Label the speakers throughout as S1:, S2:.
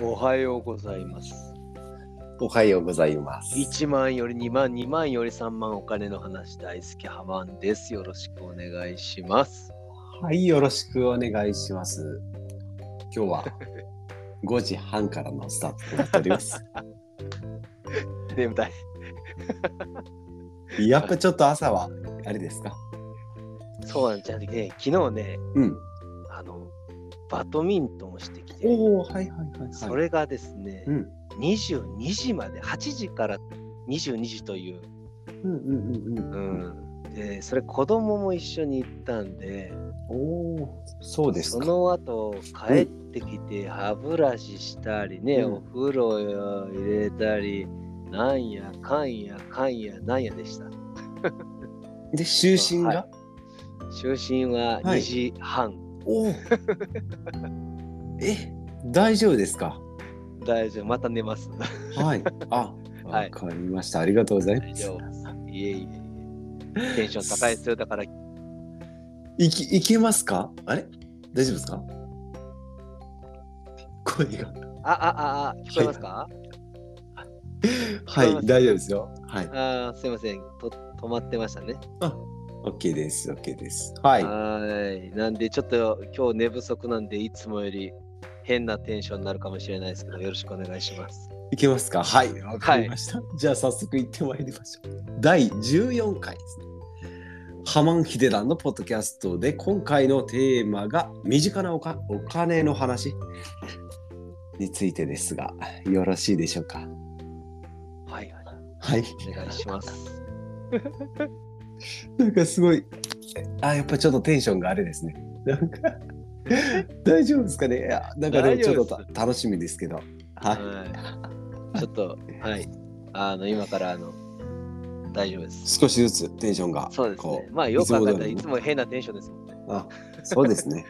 S1: おはようございます。
S2: おはようございます。
S1: 1万より2万、2万より3万お金の話大好きハマンです。よろしくお願いします。
S2: はい、よろしくお願いします。今日は5時半からのスタートとなっており ます。
S1: 眠たい。
S2: やっぱちょっと朝はあれですか
S1: そうなんじゃなくて、昨日ね、
S2: うん。
S1: あの、バドミントンをしてきて、
S2: おお、はいはいはい、はい。
S1: それがですね、
S2: うん。
S1: 22時まで、8時から22時という、
S2: うんうんうんうん。
S1: うん。で、それ子供も一緒に行ったんで、
S2: おお、そうです
S1: そ
S2: か。
S1: の後帰ってきて歯ブラシしたりね、
S2: うん
S1: お風呂を入れたりなんやかんやかんやなんやでした
S2: で、就寝が、
S1: はい就寝は2時半、
S2: おお。え、大丈夫ですか
S1: 大丈夫また寝ます
S2: はい。あ、
S1: はい
S2: わかりました。ありがとうござい
S1: 大
S2: ま
S1: 丈
S2: す。
S1: 夫ですいえいえいえテンション高いですよだから
S2: いき、いけますかあれ大丈夫ですか声が。
S1: ああああ聞こえますか、
S2: は
S1: 聞こえます
S2: い、大丈夫ですよ。はい。
S1: ああすいませんと止まってましたね
S2: OK です、OK です。はい。
S1: ーいなんでちょっと今日寝不足なんでいつもより変なテンションになるかもしれないですけどよろしくお願いします
S2: いけますかはい、わかりました。じゃあ早速行ってまいりましょう。第14回ですね。ハマンヒデ団のポッドキャストで今回のテーマが身近なおかお金の話についてですが、よろしいでしょうか
S1: はいはい
S2: はい。
S1: お願いします。
S2: なんかすごい。あ、やっぱちょっとテンションがあれですね。な んか大丈夫ですかねいやなんかでもちょっと
S1: 大丈夫
S2: た楽しみですけど。はい。
S1: はい。ちょっ と、はい。あの、今から、あの、大丈夫です。
S2: 少しずつテンションが
S1: そうです
S2: こ
S1: ね。
S2: う
S1: まあ、よく考えたら
S2: い
S1: い
S2: つ
S1: つ
S2: も
S1: も変なテンションですもんね。
S2: あそうで すね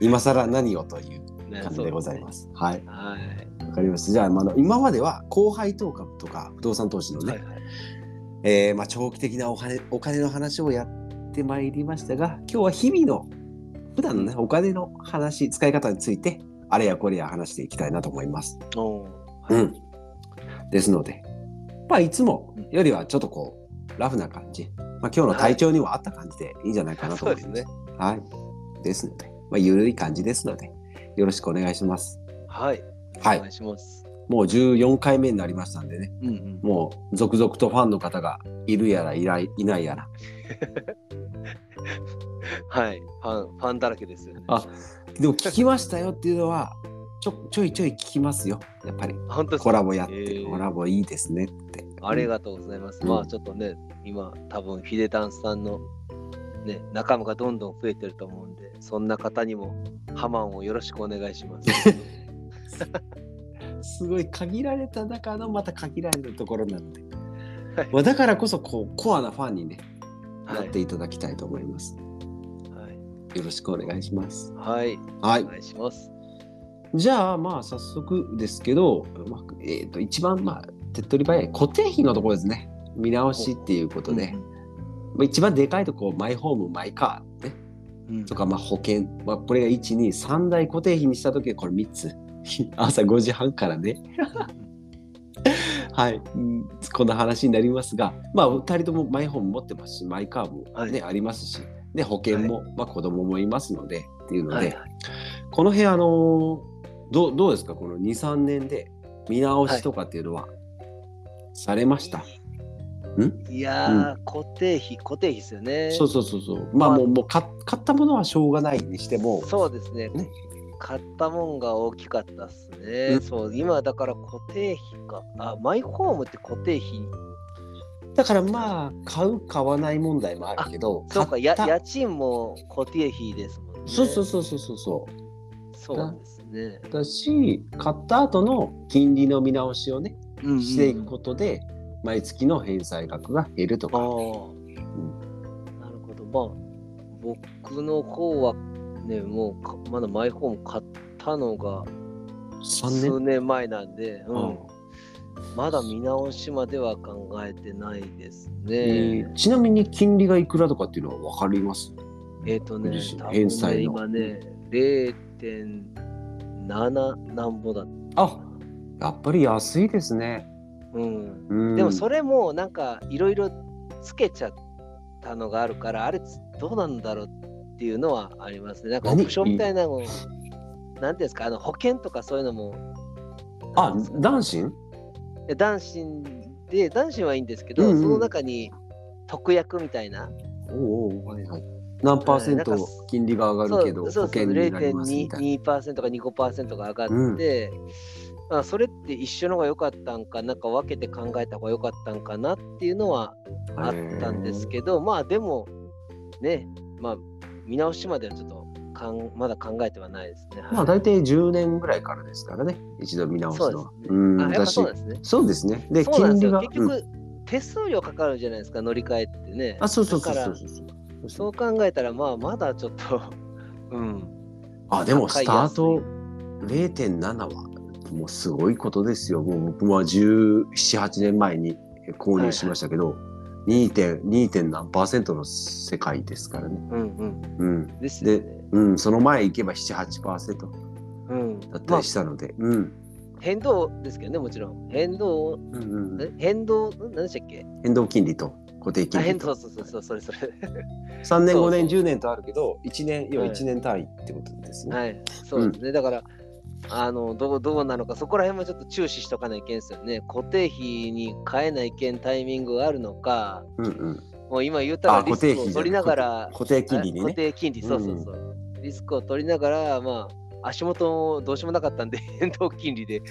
S2: 今更何をという
S1: ね
S2: 感じでございます。はい
S1: すね。はい。
S2: わかりましたじゃあ,、まああの今までは後輩投下とか不動産投資のね、
S1: はいはい
S2: えーまあ、長期的なお金お金の話をやってまいりましたが今日は日々の普段のねお金の話使い方についてあれやこれや話していきたいなと思います。
S1: おー
S2: う
S1: はい
S2: ん、ですので、まあ、いつもよりはちょっとこうラフな感じ、まあ、今日の体調には合った感じでいいんじゃないかなと
S1: そ
S2: 思
S1: う
S2: い
S1: で
S2: ますす。
S1: ね。
S2: はい。ですので、まあ、ゆるい感じですので、よろしくお願いします。
S1: はい。
S2: は
S1: お願
S2: い。
S1: いします。
S2: もう14回目になりましたんでね、
S1: うんうん。
S2: もう続々とファンの方がいるやらいないいないやら。
S1: はい。ファン、ファンだらけですよね。
S2: あでも聞きましたよっていうのは、ちょちょいちょい聞きますよ、やっぱり。
S1: 本当ですか
S2: コラボやって、
S1: えー
S2: コラボいいですねって。
S1: ありがとうございます。
S2: うん
S1: まあ、ちょっとね、今、多分、ヒデタンさんの、ね、仲間がどんどん増えてると思うんで、そんな方にも、ハマンをよろしくお願いし ます。
S2: すごい限られた中のまた限られたところなので、
S1: はい
S2: まあ、だからこそこうコアなファンにね、な
S1: は
S2: っ
S1: い
S2: ていただきたいと思います。
S1: はい。
S2: よろしくお願いします。
S1: はい。
S2: はい
S1: お。願いします。
S2: じゃあまあ早速ですけど、まあえー、と一番まあ手っ取り早い固定費のところですね見直しっていうことで、まあ、一番でかいとこマイホームマイカー、ね、
S1: うんうん
S2: とかまあ保険、まあ、これが123大固定費にした時はこれ3つ 朝5時半からねはいうんこんな話になりますがまあ2人ともマイホーム持ってますしマイカーも、ねありますし、ね、保険も、まあ、子供もいますのでっていうので。
S1: はいはい
S2: この辺あのーどうどうですかこの23年で見直しとかっていうのはされました、
S1: いやー、固定費、固定費ですよね。
S2: そうそうそうそうまあ
S1: まあ
S2: もうもう買買ったものはしょうがないにしても
S1: そうですね
S2: ね
S1: 買ったもんが大きかったっすね。
S2: うん
S1: そう、今だから固定費か。あ、マイホームって固定費。
S2: だからまあ買う買わない問題もあるけど
S1: そうか、
S2: 買
S1: や
S2: った
S1: 家賃も固定費ですもんね。
S2: そうそうそうそうそうそ
S1: そうですね。
S2: うだし買った後の金利の見直しをね
S1: うんうん
S2: していくことで毎月の返済額が減ると
S1: ああ
S2: か、
S1: なるほど。まあ、僕の方はね、もうかまだマイホーム買ったのが
S2: 3
S1: 数
S2: 年
S1: 年前なんで、う
S2: う
S1: んん、まだ見直しまでは考えてないです
S2: え
S1: ね。
S2: ーちなみに金利がいくらとかっていうのは分かります
S1: えっ、とね、
S2: 自身
S1: 多分ね
S2: 返済の
S1: 今ね、0.7なんぼだっ
S2: あやっぱり安いですね。
S1: うん。
S2: うん、
S1: でもそれもなんかいろいろつけちゃったのがあるから、あれつどうなんだろうっていうのはありますね。なんかオ
S2: 何
S1: プションみたいなの、なんていうんですか、あの保険とかそういうのも、
S2: あ、男子
S1: で男子で、男子はいいんですけど、
S2: うんうん
S1: その中に特約みたいな、
S2: おうおうはいはい。何パーセン
S1: は
S2: ト
S1: いなんか
S2: 金利が上がるけど
S1: そうそうそう
S2: 保険になりますみたいな。
S1: 0.2%か2%が上がって、まあ、それって一緒の方が良かったんか、なんか分けて考えた方が良かったんかなっていうのはあったんですけど、まあでもね、まあ見直しまではちょっとかんまだ考えてはないですね。
S2: まあ大体10年ぐらいからですからね、一度見直すのは
S1: そうで。すね
S2: うん
S1: あやっ
S2: だ
S1: ぱ
S2: し
S1: そうなんですね。
S2: そうですね。で、
S1: そうなんです
S2: 金利が。
S1: よ。結局、手数料かかるじゃないですか、乗り換えってね
S2: うん。あ、そうそうそう
S1: だ
S2: そ
S1: から
S2: うそうそう
S1: そう考えたら、まあまだちょっと、 うん。
S2: あ、でも
S1: 高
S2: ス
S1: い
S2: タート0.7はもうすごいことですよ。もう僕は17、8年前に購入しましたけど、2. 点2点何パーセントの世界ですからね。
S1: うんうん。
S2: うん。
S1: ですよね。
S2: うん、その前行けば7、8%
S1: うん、
S2: だった
S1: まあ
S2: りしたので。うん。
S1: 変動ですけどね、もちろん。変動、
S2: うんうんうん
S1: え変動、ん何でしたっけ
S2: 変動金利と固定
S1: あ
S2: 金利
S1: 変
S2: と。
S1: 動、そうそうそう、それそれ。
S2: 3年、
S1: そう
S2: 5
S1: そう
S2: 年、10年とあるけど、1年、要は
S1: はい
S2: 1年単位ってことですね。
S1: はい、そうですね、だから、あのどうどうなのか、そこら辺もちょっと注視しとかないけんですよね。固定費に変えないけんタイミングがあるのか、
S2: うんうん。
S1: もう今言ったら
S2: あ
S1: リ
S2: 固
S1: スク
S2: 定費
S1: を
S2: じゃ
S1: 取りながら、
S2: 固定金利
S1: あ
S2: に
S1: 固
S2: ね。
S1: 定金利、そうそうそう。リスクを取りながら、まあ、足元もどうしようもなかったんで、 変動金利で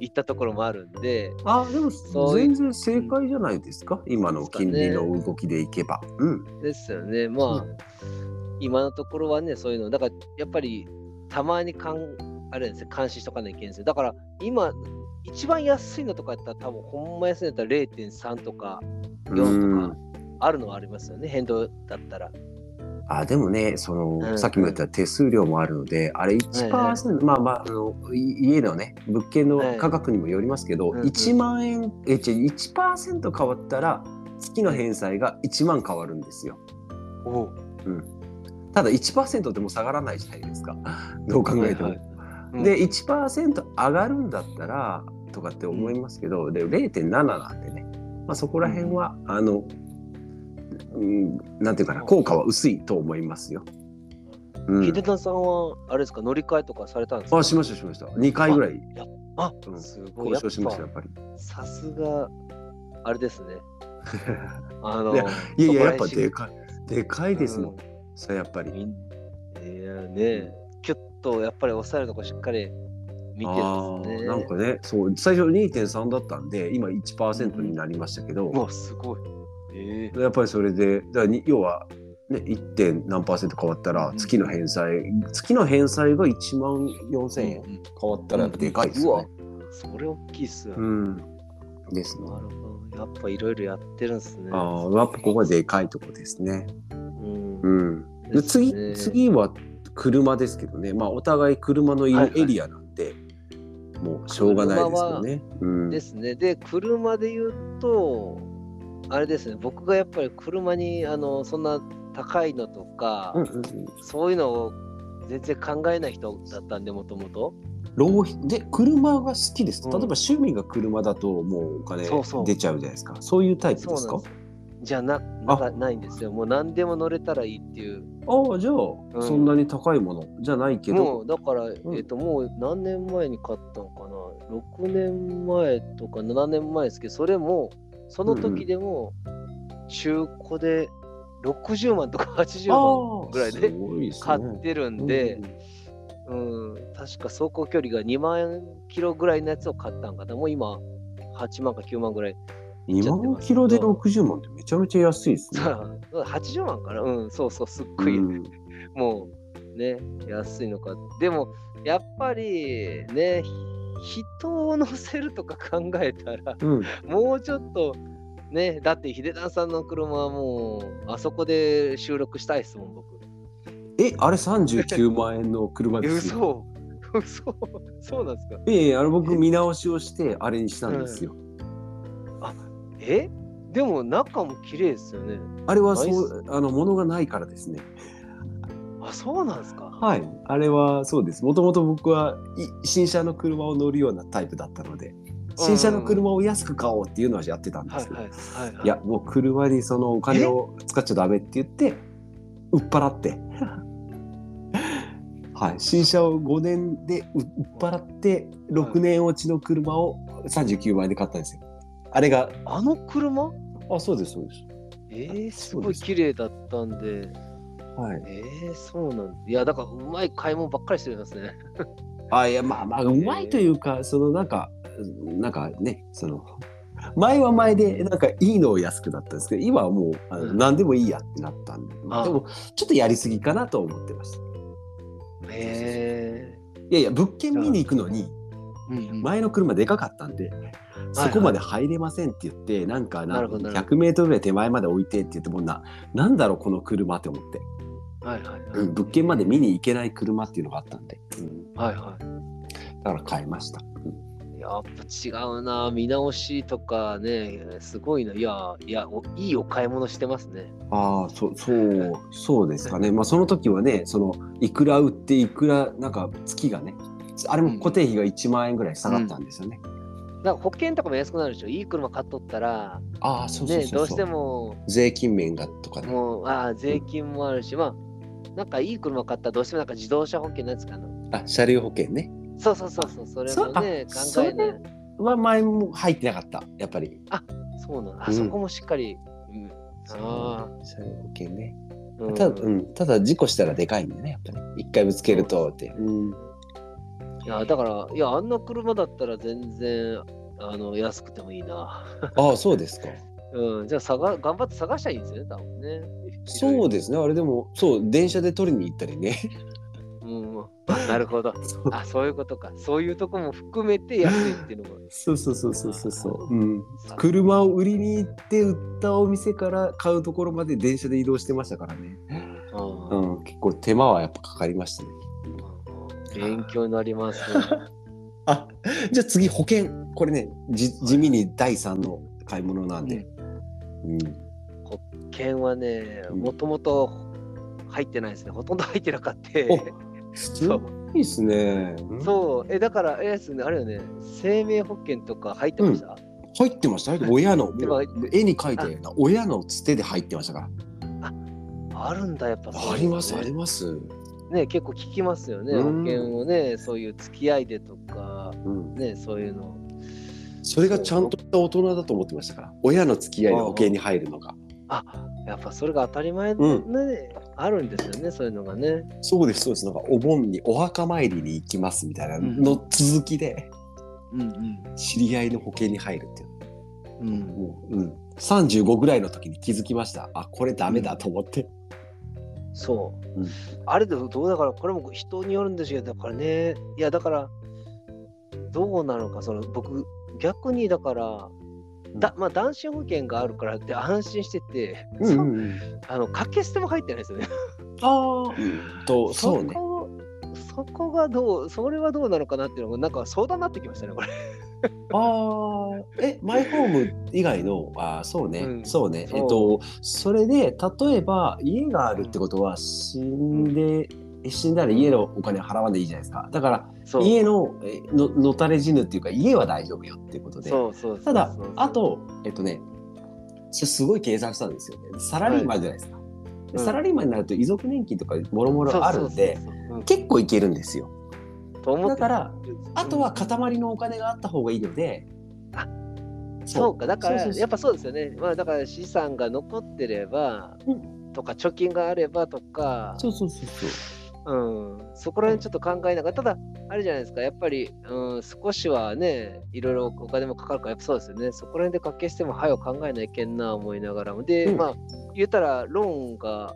S1: 行ったところもあるんで、
S2: あ、でも
S1: そういう
S2: 全然正解じゃないですか。今の金利の動きでいけば。うん。
S1: ですよね、まあ、今のところはね、そういうの、だからやっぱりたまにかんあれですね監視しとかないけんですよ。だから今、一番安いのとかやったら、多分ほんま安いのだったら0.3とか4とかあるのはありますよね、変動だったら。
S2: あでもねその、
S1: うん
S2: さっきも言った手数料もあるのであれ1%、まあまああのい家のね物件の価格にもよりますけど、
S1: はい
S2: 1万円え違う1%変わったら月の返済が1万変わるんですよ。
S1: お
S2: ただ1%でも下がらないじゃないですかどう考えても。
S1: はいはい
S2: で1%上がるんだったらとかって思いますけど、で0.7なんでね、まあ、そこら辺は、あの、うん、なんていうかな効果は薄いと思いますよ。う
S1: 秀
S2: ん、
S1: 田さんは、あれですか、乗り換えとかされたんですか
S2: あしましたしました2回ぐらい
S1: あ
S2: うん
S1: すごい。
S2: 交渉しました
S1: や
S2: や
S1: っ
S2: っぱり。
S1: ぱさすが、あれですね。 あの、
S2: いやいやいややっぱ
S1: そこら辺
S2: でかいでかいですもん、
S1: う
S2: それやっぱり。
S1: みんいやね、キュッとやっぱり抑えるとこしっかり見てるんです
S2: あー
S1: ね。
S2: なんかねそう最初2.3だったんで今1%になりましたけど、
S1: うわ、すごい。え
S2: やっぱりそれでだからに要は、ね、1. 点何パーセント変わったら
S1: うん
S2: 月の返済、月の返済が1万4,000円
S1: うん
S2: 変わったらでかいですよね。
S1: それ大きいっすよ。
S2: うんですね。
S1: なるほど。やっぱいろいろやってるんですね。
S2: ああやっぱここはでかいとこですね。
S1: うん
S2: うん、で
S1: ですね
S2: 次次は車ですけどね、まあ、お互い車のい
S1: はいは
S2: る
S1: い
S2: エリアなんで、もうしょうがないですよね。うん
S1: ですね。で、車で言うと、あれですね、僕がやっぱり車に、あの、そんな高いのとか、
S2: うんうんうん
S1: そういうのを全然考えない人だったんで、もともと。
S2: 浪費で車が好きです、
S1: うん
S2: 例えば趣味が車だともうお金
S1: そうそう
S2: 出ちゃうじゃないですかそういうタイプ
S1: そう
S2: で
S1: なん
S2: すか
S1: ですよ。じゃななかないんですよ。もう何でも乗れたらいいっていう。
S2: ああじゃあ、
S1: ん
S2: そんなに高いものじゃないけ
S1: も
S2: ど
S1: うだから、
S2: ん
S1: えっともう何年前に買ったのかな6年前とか7年前ですけどそれもその時でも中古で60万とか80万
S2: ああ
S1: ぐらいです
S2: ごいですね
S1: 買ってるんで、うん確か走行距離が2万キロぐらいのやつを買ったんかなもう今8万か9万ぐらい
S2: うん2万キロで60万ってめちゃめちゃ安いですね、
S1: 80万かなうんそうそうすっ
S2: う
S1: ごい、
S2: ん
S1: もうね、安いのか。でも、やっぱりね、ひ人を乗せるとか考えたら、
S2: うん、
S1: もうちょっと、ね、だって、秀田さんの車はもう、あそこで収録したいですもん、僕。
S2: えあれ39万円の車
S1: え、
S2: ですよ
S1: 嘘 嘘そうなんですか
S2: ええあれ僕見直しをしてあれにしたんですよ、
S1: えでも中も綺麗ですよね。
S2: あれはそ
S1: ナイス
S2: うあの物がないからですね
S1: あ、そうなんですか。
S2: はい、あれはそうです。もともと僕はい新車の車を乗るようなタイプだったので、新車の車を安く買おうっていうのはやってたんで
S1: はい
S2: すけど、
S1: はいはいはい
S2: い、やもう車にそのお金を使っちゃダメって言って売っ払 って、はい、新車を5年で売売っ払って6年落ちの車を39万円で買ったんですよ。あれが
S1: あの車
S2: あそうですそうです。
S1: えー、す
S2: そ
S1: ご
S2: う
S1: い
S2: です
S1: 綺麗だったんで、
S2: はい、
S1: えー、そうなんいや、だからうまい買い物ばっかりしてますね。
S2: あいやまあまあうまいというかそのなんかなんかねその前は前でなんかいいのを安くなったんですけど今はもうあの
S1: うん
S2: 何でもいいやってなったんで、
S1: あ
S2: でもちょっとやりすぎかなと思ってました。
S1: へ
S2: いやいや物件見に行くのに
S1: えー。うんうん
S2: 前の車でかかったんで、
S1: はい
S2: そこまで入れませんって言って、なんかな
S1: なるほどなるほ
S2: 100メートルぐらい手前まで置いてって言ってもうななんだろうこの車って思って、
S1: はいはいはい。
S2: うん、物件まで見に行けない車っていうのがあったんで、うん
S1: はいは
S2: だから買いました。
S1: い。やっぱ違うな、見直しとかね、すごいな。いや、いや、おいいお買い物してますね。
S2: ああそそうそうですかね、まあ、その時はねそのいくら売っていくらなんか月がねあれも固定費が1万円ぐらい下がったんですよね。
S1: なんか保険とかも安くなるでしょ。いい車買っとったら、
S2: ああそうそうそう
S1: ね、
S2: そう
S1: どうしても、
S2: 税金面がとかね。
S1: もう、ああ、税金もあるし、まあ、なんかいい車買ったらどうしてもなんか自動車保険なんですかあの。
S2: あ車両保険ね。
S1: そうそうそうそう、それ
S2: そう
S1: もね、
S2: あ
S1: 考えない。
S2: は前も入ってなかったやっぱり。
S1: そうなの。
S2: う
S1: あ
S2: ん
S1: そこもしっかり。うん。あ
S2: 車両保険ね。
S1: あ、うん
S2: ただ、うん、ただ事故したらでかいんだよね、やっぱね。一回ぶつけるとって。うん。
S1: いや、だから、いや、あんな車だったら全然、あの、安くてもいいな。
S2: ああ、そうです か。
S1: うん、じゃあ、探頑張って探したらいいんですよね、多分ね。
S2: そう
S1: で。
S2: ですね。あれでも、そう、電車で取りに行ったりね。
S1: うん、あなるほ ど。あ、そういうことか。そういうとこも含めて安いっていうのも。
S2: そうそうそうそうそう そう。うん。車を売りに行って売ったお店から買うところまで電車で移動してましたからね。
S1: うん
S2: うん、結構手間はやっぱかかりましたね。
S1: 勉強になります。
S2: あ、じゃあ次保険。これね、じ地味に第三の買い物なんで。うん。
S1: 剣はね、
S2: うん
S1: もともと入ってないですね。ほとんど入ってなかった。
S2: すごいですね。
S1: そう、え、だから、あれですね、あれよね、生命保険とか入ってました、
S2: 入ってました入って親の
S1: でも
S2: 絵に描いたような親のつてで入ってましたから
S1: あるんだ、やっぱそういうの
S2: あ
S1: ね、
S2: りますあります、
S1: ね、結構聞きますよね、
S2: う
S1: 保
S2: ん
S1: 険をね、そういう付き合いでとか、
S2: うん、
S1: ね、そういうの。
S2: それがちゃんとした大人だと思ってましたから親の付き合いで保険に入るのが
S1: あやっぱそれが当たり前で、ね
S2: う
S1: あるんですよね、そういうのがね。
S2: そうですそうですなんかお盆にお墓参りに行きますみたいなの続きで
S1: うんうん。
S2: 知り合いの保険に入るっていう
S1: うん、
S2: もう、うん、35ぐらいの時に気づきましたあこれダメだと思って、
S1: そう。
S2: うん
S1: あれでどうだから、これも人によるんですけど、だからね、いや、だから、どうなのか、その僕、逆にだから、だまあ、男子保険があるからって安心してて、
S2: うん
S1: そ
S2: うんうん
S1: あの掛け捨ても入ってないですよね。
S2: ああとそうね
S1: こそこがどう、それはどうなのかなっていうのが、なんか相談になってきましたね、これ。
S2: ああ、え、マイホーム以外の、ああ、そうね、
S1: うん
S2: そうね、
S1: そう
S2: えっと、それで、例えば、家があるってことは、死んで、死んだら家のお金払わないいじゃないですか。だから、
S1: そ
S2: 家の、えの、のたれ死ぬっていうか、家は大丈夫よっていうことで。
S1: そうそうそう
S2: ただ
S1: そうそう、
S2: あと、えっとね、それすごい計算したんですよね。サラリーマンじゃないです
S1: う
S2: か。で
S1: ん
S2: サラリーマンになると、遺族年金とか、もろもろあるんで、
S1: そうそうそうそう
S2: 結構いけるんですよ。
S1: うんと思って
S2: だから、あとは
S1: うん
S2: 塊のお金があった方がいいので、
S1: あそうかだから
S2: そうそうそう
S1: やっぱそうですよねまあだから資産が残ってれば、
S2: う
S1: とか貯金があればとか
S2: そうそうそうそう。
S1: うん、そこら辺ちょっと考えながら、ただ、あれじゃないですか、やっぱり、うん、少しはね、いろいろお金もかかるから、やっぱそうですよね、そこら辺で掛けしても、はよ考えないけんな、思いながらも。で、
S2: うん
S1: まあ、言ったら、ローンが、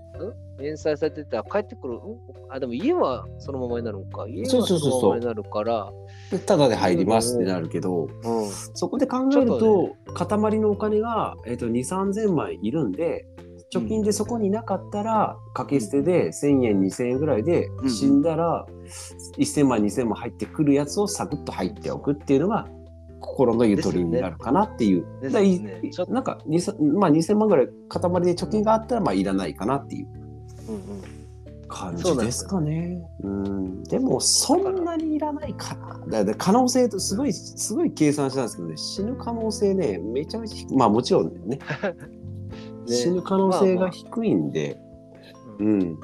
S1: ん返済されてたら、帰ってくる、んあ、でも家はそのままになるのか、家は
S2: そうそ
S1: そう
S2: そうそう
S1: のままになるから、
S2: でただで入りますってなるけど、
S1: うん、
S2: そこで考える
S1: ちょ
S2: と、塊のお金が、えっと2、3000万いるんで、貯金でそこになかったら、掛け捨てで1000円、2000円ぐらいで
S1: ん、
S2: 死んだら1000万、2000万入ってくるやつをサクッと入っておくっていうのが、心のゆとりになるかなっていう。
S1: ですよね
S2: だからい
S1: ですよねちょっと
S2: なんか2000、まあ、2000万ぐらい塊で貯金があったら、まあいらないかなっていう
S1: うんうん
S2: 感
S1: そ
S2: じ
S1: うなん
S2: で
S1: ですす
S2: かね。うん、でもそんなにいらないかな。だから可能性とすごいすごい計算したんですけどね、死ぬ可能性ねめちゃめちゃ低いまあもちろんね死ぬ可能性が低いんで、
S1: う
S2: うんん。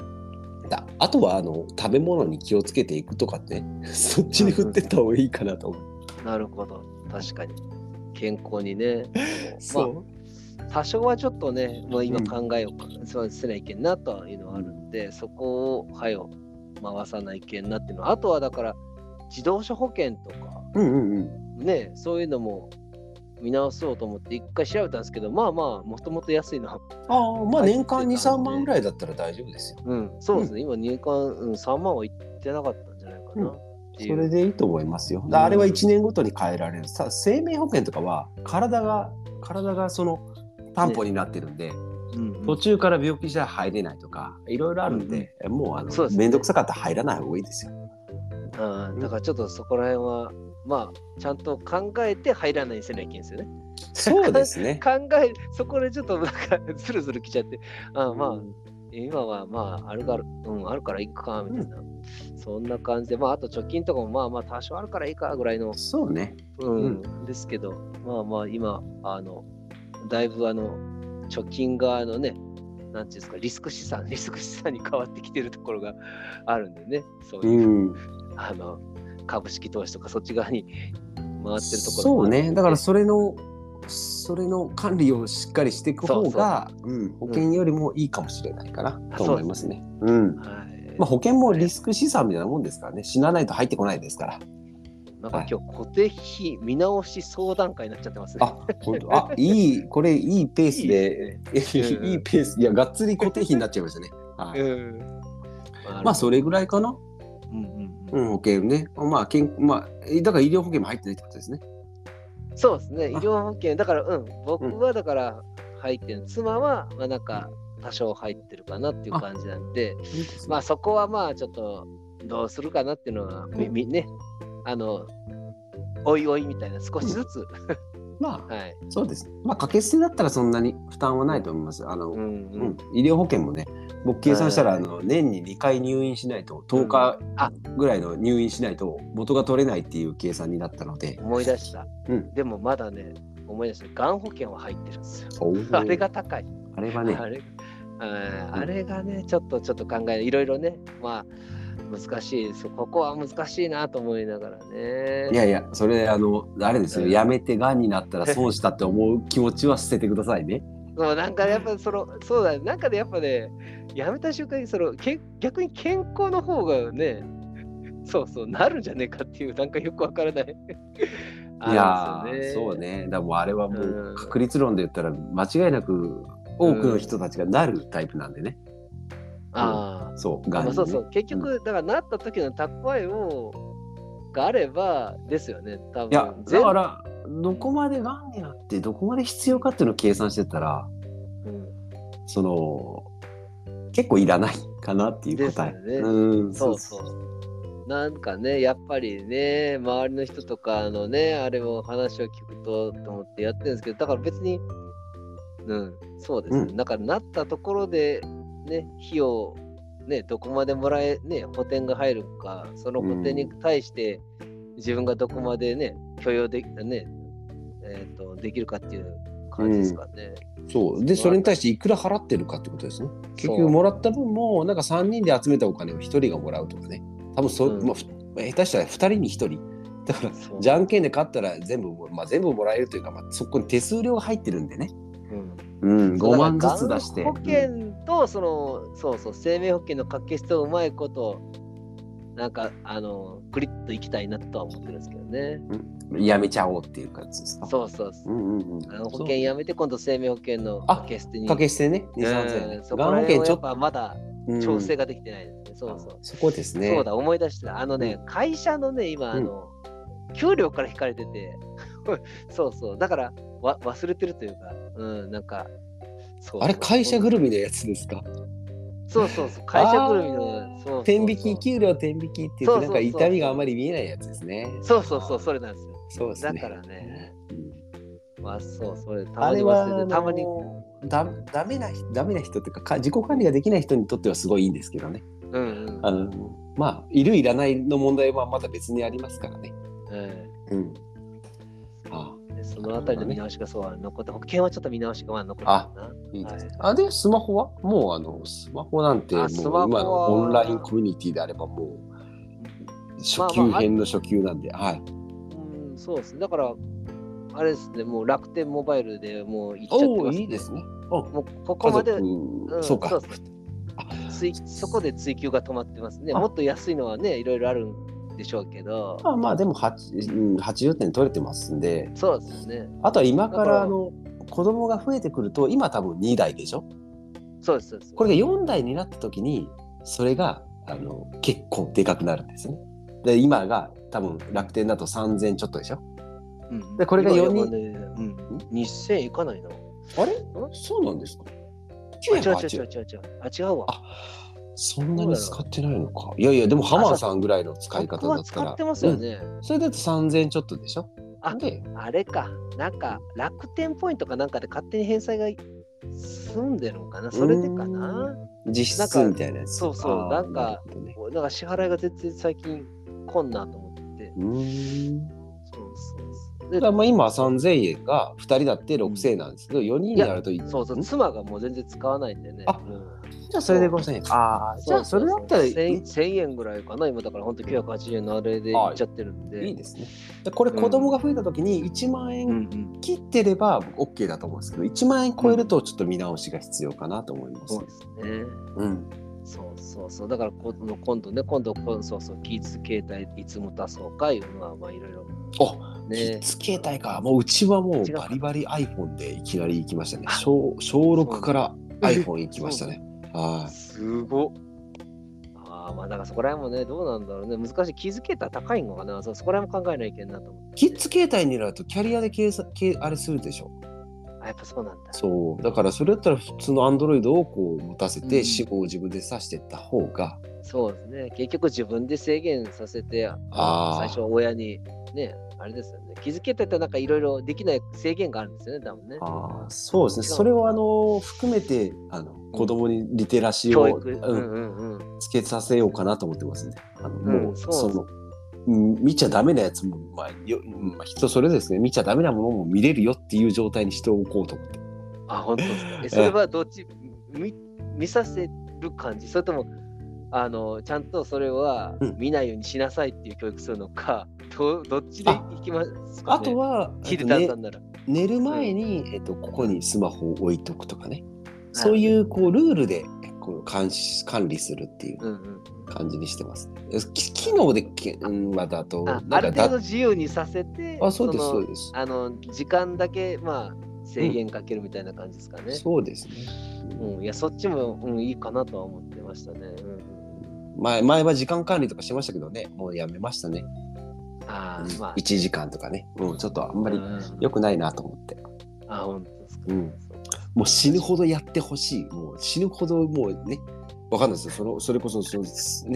S2: だあとはあの食べ物に気をつけていくとかね、そっちに振ってった方がいいかなと思う。
S1: なるほど確かに健康にね
S2: そう。
S1: 多少はちょっとね、もう今考えをそうせないけんなというのはあるんで、そこを、はいを回さないけんなっていうのは、あとはだから、自動車保険とか、
S2: うんうんうん。
S1: ね、そういうのも見直そうと思って、一回調べたんですけど、まあまあ、もともと安いの。
S2: ああ、まあ年間2、
S1: 入ってたん
S2: 3
S1: で
S2: 万ぐらいだったら大丈夫ですよ。
S1: うん、そうですね、今、入管、うん、3万はいってなかったんじゃないかなっていう。
S2: それでいいと思いますよ。だ
S1: うん
S2: あれは1年ごとに変えられる。さ生命保険とかは体が体がその担保になってるんで、
S1: うんうん
S2: 途中から病気じゃ入れないとかいろいろあるんで、もうあの
S1: そうですね
S2: 面倒くさかったら入らない方がいいですよ。
S1: あーだからちょっとそこら辺は、まあ、ちゃんと考えて入らないようにせないけんですよね。
S2: そうですね。
S1: 考えそこでちょっとなんかずるずるきちゃってあまあ、今はまああるから、うん、あるからいいかみたいな、そんな感じでまああと貯金とかもまあまあ多少あるからいいかぐらいの、
S2: そうね。
S1: うん
S2: う
S1: ですけどまあまあ今あのだいぶあの貯金側のねなんていうんですかリスク資産リスク資産に変わってきてるところが あるんでねそう
S2: う
S1: いう、
S2: ん。
S1: あの株式投資とかそっち側に回ってるところもあ
S2: そう
S1: るんで
S2: ね。だからそれのそれの管理をしっかりしていく方がうん保険よりもいいかもしれないかな、と思いますね。うん。
S1: はい
S2: まあ保険もリスク資産みたいなもんですからね。死なないと入ってこないですから。
S1: なんか今日固定費見直し相談会になっちゃってますね。
S2: あ、本当。あ、いい、これいいペースで、 いい
S1: うん
S2: ペース、いや、がっつり固定費になっちゃいましたね。はい。
S1: うん。
S2: まあ、それぐらいかな。
S1: うんうんう、
S2: うんん、保険ね。まあ、健、まあ、えだから医療保険も入ってないってことですね。
S1: そうですね、医
S2: あ
S1: 療保険、だから、うん、僕はだから入ってる、妻は、まあ、なんか、多少入ってるかなっていう感じなんで、まあ、そこはまあ、ちょっと、どうするかなっていうのは、みみね、あの、おいおいみたいな、少しずつ、
S2: まあ、
S1: はい。
S2: そうです。まあ、掛け捨てだったら、そんなに負担はないと思います。あの、
S1: う
S2: うん、
S1: んうん。
S2: 医療保険もね。僕計算したら、あの、年に2回入院しないと、10日
S1: あ
S2: ぐらいの入院しないと、元が取れないっていう計算になったので。
S1: 思い出した。
S2: うん
S1: でも、まだね、思い出した、がん保険は入ってるんですよ。
S2: おー
S1: あれが高い。
S2: あれはね。
S1: あれあーあれがね、ちょっとちょっと考え、いろいろね、まあ、難しいそここは難しいなと思いながらね。
S2: いやいや、それ、あの、あれですよ、
S1: うん
S2: やめてがんになったら損したって思う気持ちは捨ててください ね。
S1: そうなんかやっぱその、そうだ、なんかでやっぱね、やめた瞬間にそのけ、逆に健康の方がね、そうそう、なるんじゃねえかっていう、なんかよくわからない。
S2: いや
S1: あるんで
S2: ー、
S1: すよ
S2: そう。ね。だからもうあれはも
S1: う
S2: うん確率論で言ったら間違いなく多くの人たちがなるタイプなんでね。
S1: あ
S2: そう、
S1: ー
S2: がん
S1: まあ、
S2: に、ね。
S1: そうそう、結局、だからなった時の蓄えを、があれば、ですよね、多分
S2: いや、
S1: 全部
S2: だから、どこまでがんになって、どこまで必要かっていうのを計算してたら、
S1: うん
S2: その、結構いらないかなっていう答え。
S1: ですよね
S2: うん、
S1: そうそう。なんかね、やっぱりね、周りの人とかのね、あれも話を聞くとと思ってやってるんですけど、だから別に、うん、そうですね。
S2: う
S1: だからなったところで、ね、費用、ね、どこまでもらえ、ね、補填が入るか、その補填に対して、自分がどこまでね、許容でき、ね、えっ、と、できるかっていう感じですかね。
S2: そうでそれに対していくら払ってるかってことですね結局もらった分もなんか3人で集めたお金を1人がもらうとかね多分そ、
S1: うん
S2: まあ、ふ下手したら2人に1人だから
S1: そう
S2: じゃんけんで勝ったら全部も、まあ、全部もらえるというか、まあ、そこに手数料が入ってるんでね、
S1: うん
S2: うん、
S1: そうだ
S2: 5
S1: から
S2: 万ずつ出して
S1: がん保険とその、そうそう生命保険の掛け捨てをうまいことなんかあのクリッといきたいなとは思ってるんですけどね
S2: うんやめちゃおうっていう感じですか
S1: そうそうそう
S2: う、んうんうん、
S1: あの保
S2: そう
S1: 険やめて今度生命保険の掛け捨てに
S2: 掛けしてね2 3千
S1: うん
S2: 円
S1: そ
S2: が
S1: こ
S2: ん
S1: ら
S2: 保
S1: 辺
S2: 険
S1: は
S2: ち
S1: や
S2: ょ
S1: っ
S2: っと
S1: ぱまだ
S2: うん
S1: 調整ができてないですね、そうそう、
S2: そこですね
S1: そうだ思い出したあのね、会社のね今あの、給料から引かれてて そうそうだからわ忘れてるというかうんなんかそう
S2: あれ会社ぐるみのやつですか
S1: そうそうそう会社ぐるみ
S2: あ
S1: の
S2: ー
S1: そうそうそう
S2: 天引き給料天引きって言
S1: そ
S2: っ
S1: うそう
S2: てな
S1: んそう
S2: か痛みがあまり見えないやつですね。
S1: そうそうそう、それなんですよ。
S2: そうです
S1: だ
S2: ね。
S1: からね、まあそう、それ、た
S2: あ
S1: まに
S2: れは
S1: 忘れて、たまに、
S2: あのだダメな人ダメな人っていうかか自己管理ができない人にとってはすごいいいんですけどね。
S1: うんうん
S2: あのまあいるいらないの問題はまた別にありますからね。
S1: え
S2: うん、あ
S1: えでそのあたりの見直しがそうは残って、保険はちょっと見直しがまあ残るかな。
S2: いいですね。あでスマホはもうあのスマホなんても
S1: あ
S2: う
S1: スマホは
S2: 今のオンラインコミュニティであればもう初級編の初級なんで、はい。
S1: うん、そうですね。だから、あれですね、もう楽天モバイルでもう行っちゃって
S2: お
S1: ま
S2: お
S1: す、
S2: いいですね。あ
S1: もうここ
S2: 家
S1: まで、
S2: 族、
S1: ん
S2: そうか
S1: そうです追そこで追求が止まってますね。
S2: あ
S1: もっと安いのはね、いろいろあるんでしょうけど、
S2: まあまあでも8うん80点取れてますんで
S1: そうですね。
S2: あとは今か
S1: だから
S2: らあの子供が増えてくると今多分2台でしょ
S1: そうです、そうです。
S2: これが4台になった時にそれがあの結構でかくなるんですねで今が多分楽天だと3000ちょっとでしょ
S1: うん
S2: でこれが
S1: 今
S2: 4人
S1: 今ねうん、2000いかないな。
S2: あれそうなんですか
S1: あ違う違う違
S2: 980
S1: う違う違う。あ、違うわ。
S2: あそんなに使ってないのかいやいやでもハマーさんぐらいの使い方
S1: 僕
S2: だ
S1: は
S2: った
S1: 使
S2: ら
S1: ってますよね。
S2: うんそれだと3000ちょっとでしょ
S1: あ
S2: で
S1: あれか、なんか楽天ポイントかなんかで勝手に返済が済んでるのかなそれでかな
S2: 実質みたいなやつ
S1: そうそう
S2: あー
S1: なんか
S2: るほどね
S1: なんか支払いが全然最近来んなと思って。
S2: うーん
S1: そうそう
S2: だ
S1: そう
S2: か
S1: で
S2: らまあ今3000円が2人だって6000円なんですけど4人になるといい
S1: そうそう、
S2: ん
S1: 妻がもう全然使わないんでね。
S2: あ
S1: うん
S2: じゃあそれで5000円ああじゃあそれだったらいい
S1: 1000 1000円ぐらいかな、今だから本当980円のあれでいっちゃってるんで。
S2: いいですねでこれ子供が増えた時に1万
S1: うんう
S2: 円
S1: ん、
S2: 切ってれば OK だと思うんですけど1万円超えるとちょっと見直しが必要かなと思います
S1: そうですね。
S2: うん
S1: そうそうそう。だからこの今度ね、今度、今度そうそう、キーツ携帯いつも出そうかいうのは、まあいろいろ。
S2: あキ
S1: ね
S2: ッ、ズ携帯かもううちはもう
S1: 違うか
S2: バリバリ iPhone でいきなり行きましたね
S1: あ
S2: 小小6から iPhone 行きましたねはい
S1: すごああ、まあだからそこら辺もね、どうなんだろうね。難しい。気づけたら高いのかな。そうそこら辺も考えないけんなと思って。
S2: キッズ携帯になるとキャリアで計算計あれするでしょ
S1: あ、やっぱそうなんだ。
S2: そうだからそれだったら普通のアンドロイドをこう持たせ
S1: う
S2: て
S1: ん
S2: 死亡を自分でさしてった方が、
S1: そうですね。結局自分で制限させて、
S2: あー
S1: 最初は親に、ね、あれですよね。気づけてたらなんかいろいろできない制限があるんですよね、多分ね。
S2: ああそうですねそれをあの含めてあの子供にリテラシー
S1: 教
S2: を、
S1: 育。う
S2: うんん、
S1: うんうん。
S2: つけさせようかなと思ってますね。あの
S1: ん
S2: もう
S1: そう
S2: その、うん見ちゃダメなやつも、まあようんまあ、人それぞれですね見ちゃダメなものも見れるよっていう状態にしておこうと思って。
S1: あ、本当ですか。えそれはどっち、見見させる感じそれとも、あの、ちゃんとそれは
S2: うん
S1: 見ないようにしなさいっていう教育するのか、 どどっちでいきますか、ね、
S2: あとは、
S1: ヒ
S2: え
S1: デ
S2: っと
S1: タ
S2: ね
S1: ンさんなら。
S2: 寝る前に、えっと、ここにスマホを置いとくとかね、そういうこうルールでこう監視管理するっていう
S1: うんうん
S2: 感じにしてます、ね。き機能でけ、うん、まあだと
S1: あ
S2: な
S1: あ
S2: んか
S1: る
S2: だ
S1: 程度自由にさせて、
S2: あそうです
S1: の
S2: そうです、
S1: あの時間だけ、まあ、制限かけるみたいな感じですかね。
S2: そうですね。
S1: うんいや、そっちも、うん、いいかなとは思ってましたね。うんうん
S2: 前前は時間管理とかしてましたけどね、もうやめましたね。
S1: あ
S2: うん
S1: あ、まあ、
S2: 1時間とかね、うん、ちょっとあんまり
S1: うん
S2: 良くないなと思って、
S1: あ、本当ですか。
S2: うんもう死ぬほどやってほしい、もう死ぬほどもうね、わかんないですよ、そのそれこそその、ね、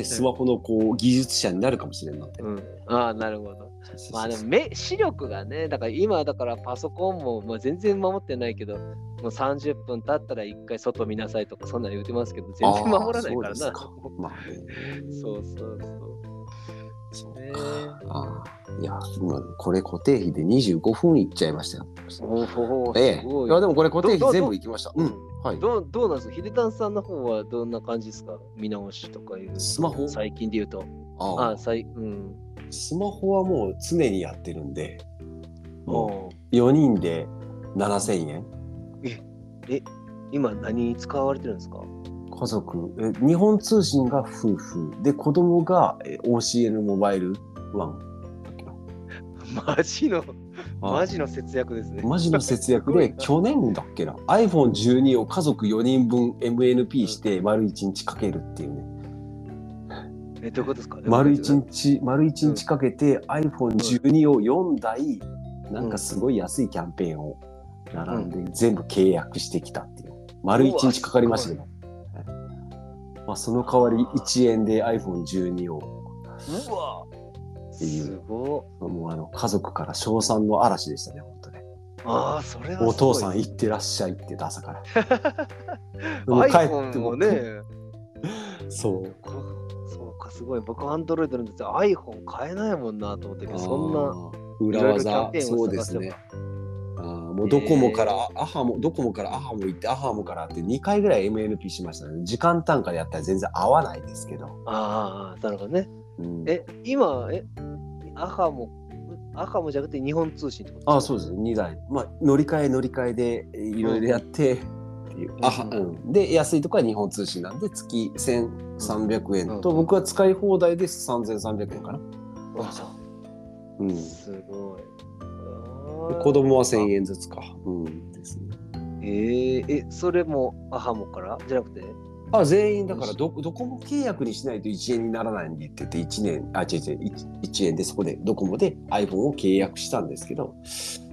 S2: スマホのこう技術者になるかもしれんので。
S1: うん、ああ、なるほど。まあでも目視力がね、だから今だからパソコンも、まあ、全然守ってないけど、もう30分経ったら一回外見なさいとかそんなん言うてますけど、全然守らないからな。
S2: あーそうですかまあね
S1: そうそうそう。
S2: そう
S1: ね
S2: あーいや、今これ固定費で25分いっちゃいましたよ。
S1: おお、
S2: え
S1: す
S2: え、
S1: ごい。
S2: いやでもこれ固定
S1: どど
S2: 費全部いきました。うん、はい。
S1: どうどうなんですかヒデタンさんの方はどんな感じですか見直しとかいう。
S2: スマホ
S1: 最近で言うと。
S2: あ
S1: あ
S2: あ
S1: あ、最うん。
S2: スマホはもう常にやってるんで、も
S1: おー
S2: う4人で7000円。
S1: え、今何に使われてるんですか
S2: 家族え日本通信が夫婦で子供がえ OCN モバイルワン
S1: マジの、マ
S2: ジ
S1: ジの節約ですね。
S2: マジの節約
S1: すごい
S2: で
S1: な
S2: 去年だっけな iPhone12 を家族4人分 MNP して丸1日かけるっていうね
S1: え、どういうことですか
S2: 丸1日丸一日かけて iPhone12 を4台なんかすごい安いキャンペーンを並んで全部契約してきたっていう丸1日かかりましたけど、はいまあ、その代わり1円で iPhone12 を
S1: うわ
S2: ていう
S1: すご
S2: もうあの家族から称賛の嵐でしたね、本当ね。
S1: いああ、それはすごい
S2: お父さん行ってらっしゃいって言って朝から。もう帰って
S1: iPhone をね、
S2: そう。
S1: 僕そうか、すごい。僕、アンドロイドなんですよ。iPhone 買えないもんなと思ったけど、そんな。い
S2: ん裏
S1: ろいろキャ
S2: 技
S1: ンペーンを
S2: そうですね
S1: 探。
S2: あーもうドコモから、アハモドコモからアハモ行ってアハモからって2回ぐらい MNP しましたね。時間単価でやったら全然合わないですけど。
S1: ああ、なるほどね。
S2: うん、
S1: え、今、え、アハも、アハもじゃなくて日本通信ってこと
S2: あそうですね2台、まあ、乗り換え乗り換えでえいろいろやって、っていうあはうん、で安いとこは日本通信なんで月1300円と、
S1: うん
S2: 僕は使い放題で3300円かな、
S1: あそう
S2: うん、です
S1: ごい。
S2: 子供は1000円ずつか、うんですね、
S1: えー、え、それもアハもからじゃなくて
S2: あ全員だからどどこも契約にしないと1円にならないんでって言って1年あ違う違う 1, 円でそこでドコモで iPhone を契約したんですけど、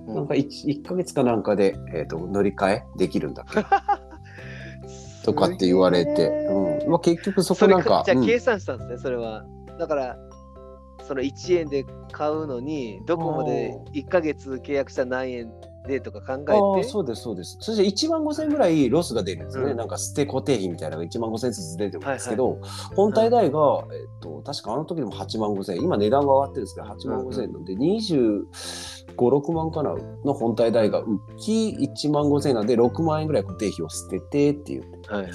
S2: なんか 1, 1ヶ月かなんかで、えー、と乗り換えできるんだっけとかって言われて、うんまあ、結局そこ
S1: それ
S2: なんか
S1: じゃ
S2: う
S1: あ
S2: ん
S1: 計算したんですね、それは。だから、その1円で買うのに、どこまで
S2: お
S1: 1ヶ月契約したら何円でとか考
S2: あ
S1: え
S2: あ
S1: て、
S2: そうですそうですそして1万5000円ぐらいロスが出るんですよね、
S1: うん
S2: なんか捨て固定費みたいなのが1万5000円ずつ出てくるんですけど、本体代が、えっと、確かあの時でも8万5000円今値段が上がってるんですけど8万5000円なんで256万かなの本体代が浮き1万5000円なんで6万円ぐらい固定費を捨ててっていう
S1: はいはい、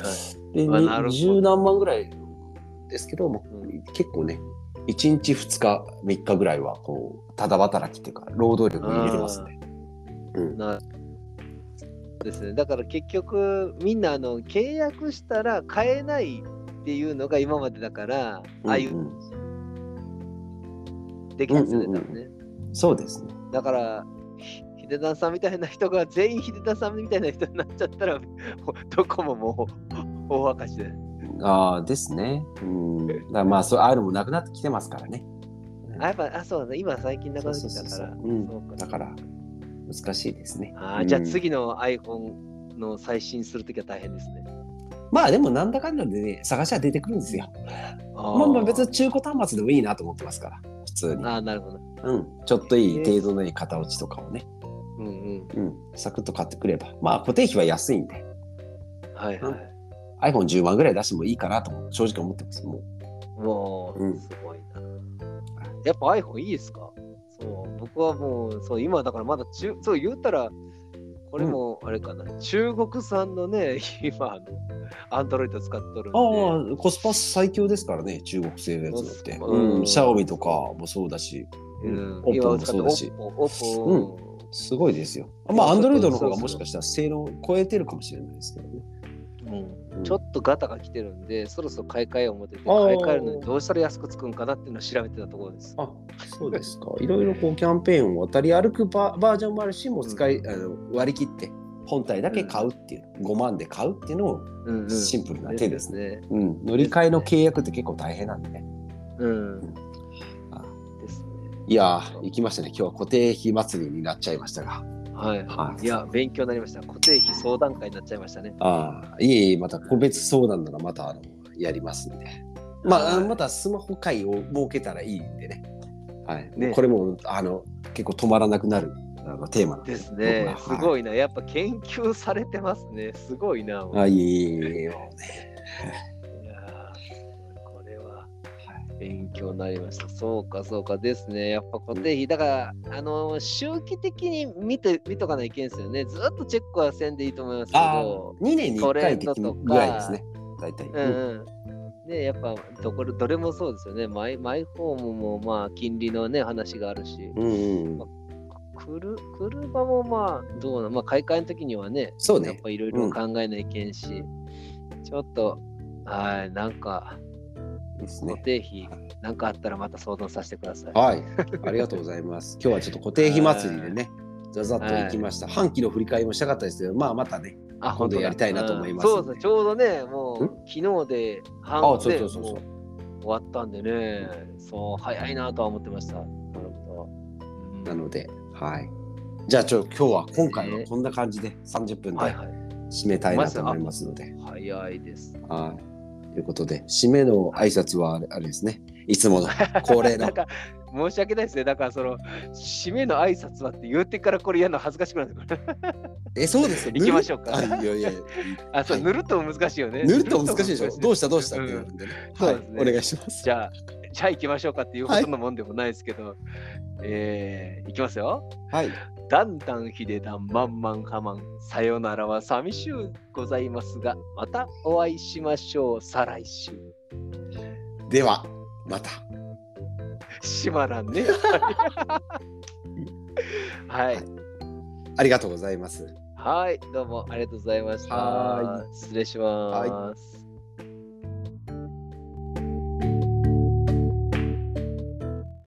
S2: で
S1: うわなるほど
S2: 十何万ぐらいですけども
S1: う
S2: 結構ね1日2日3日ぐらいはこうただ働きっていうか労働力入れてますね。うん
S1: なですね。だから結局、みんなあの契約したら買えないっていうのが今までだから、ああい
S2: うんう
S1: うんできたんですよね、
S2: うんうんうん
S1: 多分ね。
S2: そうですね。
S1: だから、ひヒデダさんみたいな人が全員ヒデダさんみたいな人になっちゃったら、もうどこももう大赤字で。
S2: ああですね。うん。だからまあそうああいうのもなくなってきてますからね。
S1: あ、やっぱ、あ、そうだね。今最近なくなってきた
S2: そ
S1: か
S2: うそう
S1: ら。
S2: そうそううん
S1: そうか
S2: だから難しいですね。
S1: あーじゃあ
S2: うん
S1: 次の iPhone の最新するときは大変ですね。
S2: まあでもなんだかんだでね探しは出てくるんですよ。
S1: あ
S2: まあまあ別に中古端末でもいいなと思ってますから普通に。
S1: あーなるほど。
S2: うん。ちょっといい程度のいい型落ちとかをね。
S1: うんうん。
S2: うん、サクッと買ってくれば。まあ、固定費は安いんで、
S1: はいはい。
S2: iPhone10 万ぐらい出してもいいかなとも正直思ってます。もう
S1: もう、
S2: うん
S1: すごいな。やっぱ iPhone いいですかそう、僕はもう、そう、今だからまだ中、そう言ったら、これもあれかな、中国産のね、 今、アンドロイド使っとるんで。
S2: ああ、コスパ最強ですからね、中国製のやつだって。
S1: コスパ
S2: う
S1: うん
S2: ん、シャオミとかもそうだし、
S1: うん、
S2: Oppo
S1: 今
S2: も
S1: 使っ
S2: そ
S1: て
S2: うだし
S1: Oppo、Oppo、
S2: すごいですよ。
S1: うん
S2: まあ、ア
S1: そ
S2: ン
S1: うそ
S2: ド
S1: う
S2: ロイドの
S1: そ
S2: 方
S1: う
S2: が
S1: そう
S2: もしかしたら性能を超えてるかもしれないですけどね。
S1: う
S2: うん
S1: ん、ちょっとガタが来てるんで、そろそろ買い替えを思ってて、
S2: あー
S1: 買い替えるのにどうしたら安くつくんかなっていうのを調べてたところです。
S2: あそうですか。いろいろこうキャンペーンを渡り歩くババージョンもあるし、もう使い、あの割り切って本体だけ買うっていう、5万で買うっていうのを
S1: うんうん
S2: シンプルな手です
S1: ね。
S2: ね。うん、乗り換えの契約って結構大変なんでね。
S1: うん
S2: あ。
S1: ですね。
S2: いやー、行きましたね。今日は固定費祭りになっちゃいましたが。
S1: はい。
S2: はい
S1: いや、勉強になりました。固定費相談会になっちゃいましたね。
S2: ああ、いえいえ、また個別相談ならまたあのやりますんで。まああの、またスマホ会を設けたらいいんでね。はい。
S1: ね
S2: これも、あの、結構止まらなくなるあのテーマなん
S1: ですね。す
S2: い。
S1: ごいな。やっぱ研究されてますね。すごいな。
S2: はいあ、いえいえいえ。
S1: いやーこれは勉強になりました。そうか、そうかですね。やっぱ固定費、だから、あのー周期的に見て見とかないけんですよね。ずっとチェックはせんでいいと思いますけ
S2: ああ、
S1: ど、
S2: 2年に1回って
S1: トレンドとか
S2: ぐらいですね。大体。
S1: うんうん。ね、やっぱどこれ、どれもそうですよね。マイマイホームも、まあ、金利のね、話があるし、
S2: うんうんうん。
S1: くる車もまあ、どうな、まあ、買い替えの時にはね、
S2: そう
S1: やっ
S2: ね。
S1: ぱいろいろ考えないけんし、ちょっと、はい、なんか、
S2: いいです
S1: 固
S2: ね。
S1: 定費、なんかあったらまた相談させてください。
S2: はい、ありがとうござい ます。今日はちょっと固定費祭りでね、ざざっと行きました。半期の振り返りもしたかったですけど、まあまたね、
S1: あ
S2: 今度やりたいなと思います
S1: うんそうですね、ちょうどね、も
S2: ん
S1: う昨日で半
S2: あそう
S1: で
S2: そうそうそう
S1: もう終わったんでね、そう、早いなとは思ってました。なるほど。うん
S2: なので、はい。じゃあちょ今日は今回はこんな感じで30分で
S1: はいはい。
S2: 締めたいなと思いますので、
S1: 早いです。
S2: はい。ということで、締めの挨拶はあれあれですね。いつもの恒例
S1: な
S2: の
S1: ん。か、申し訳ないですね。だから、その、締めの挨拶はって言ってからこれやるの恥ずかしくなってくる。
S2: え、そうですよ。
S1: 行きましょうか
S2: あい やいやいや
S1: あ、そう、
S2: はい
S1: 塗ると難しいよね。
S2: 塗ると難しいでしょ。どうしたどうしたっ
S1: うん
S2: てなるんでね。
S1: そ
S2: は
S1: う
S2: い
S1: ですね、
S2: お願いします。
S1: じゃあ、じゃあ行きましょうかっていうほどのもんでもないですけど、えー、行きますよ。
S2: はい。
S1: だんだんひでだんまんまんはまん、さよならは寂しゅうございますが、またお会いしましょう、再来週。
S2: では、また。
S1: しまらん ね。はい。
S2: ありがとうございます。
S1: はい、どうもありがとうございました。
S2: は
S1: 失礼します。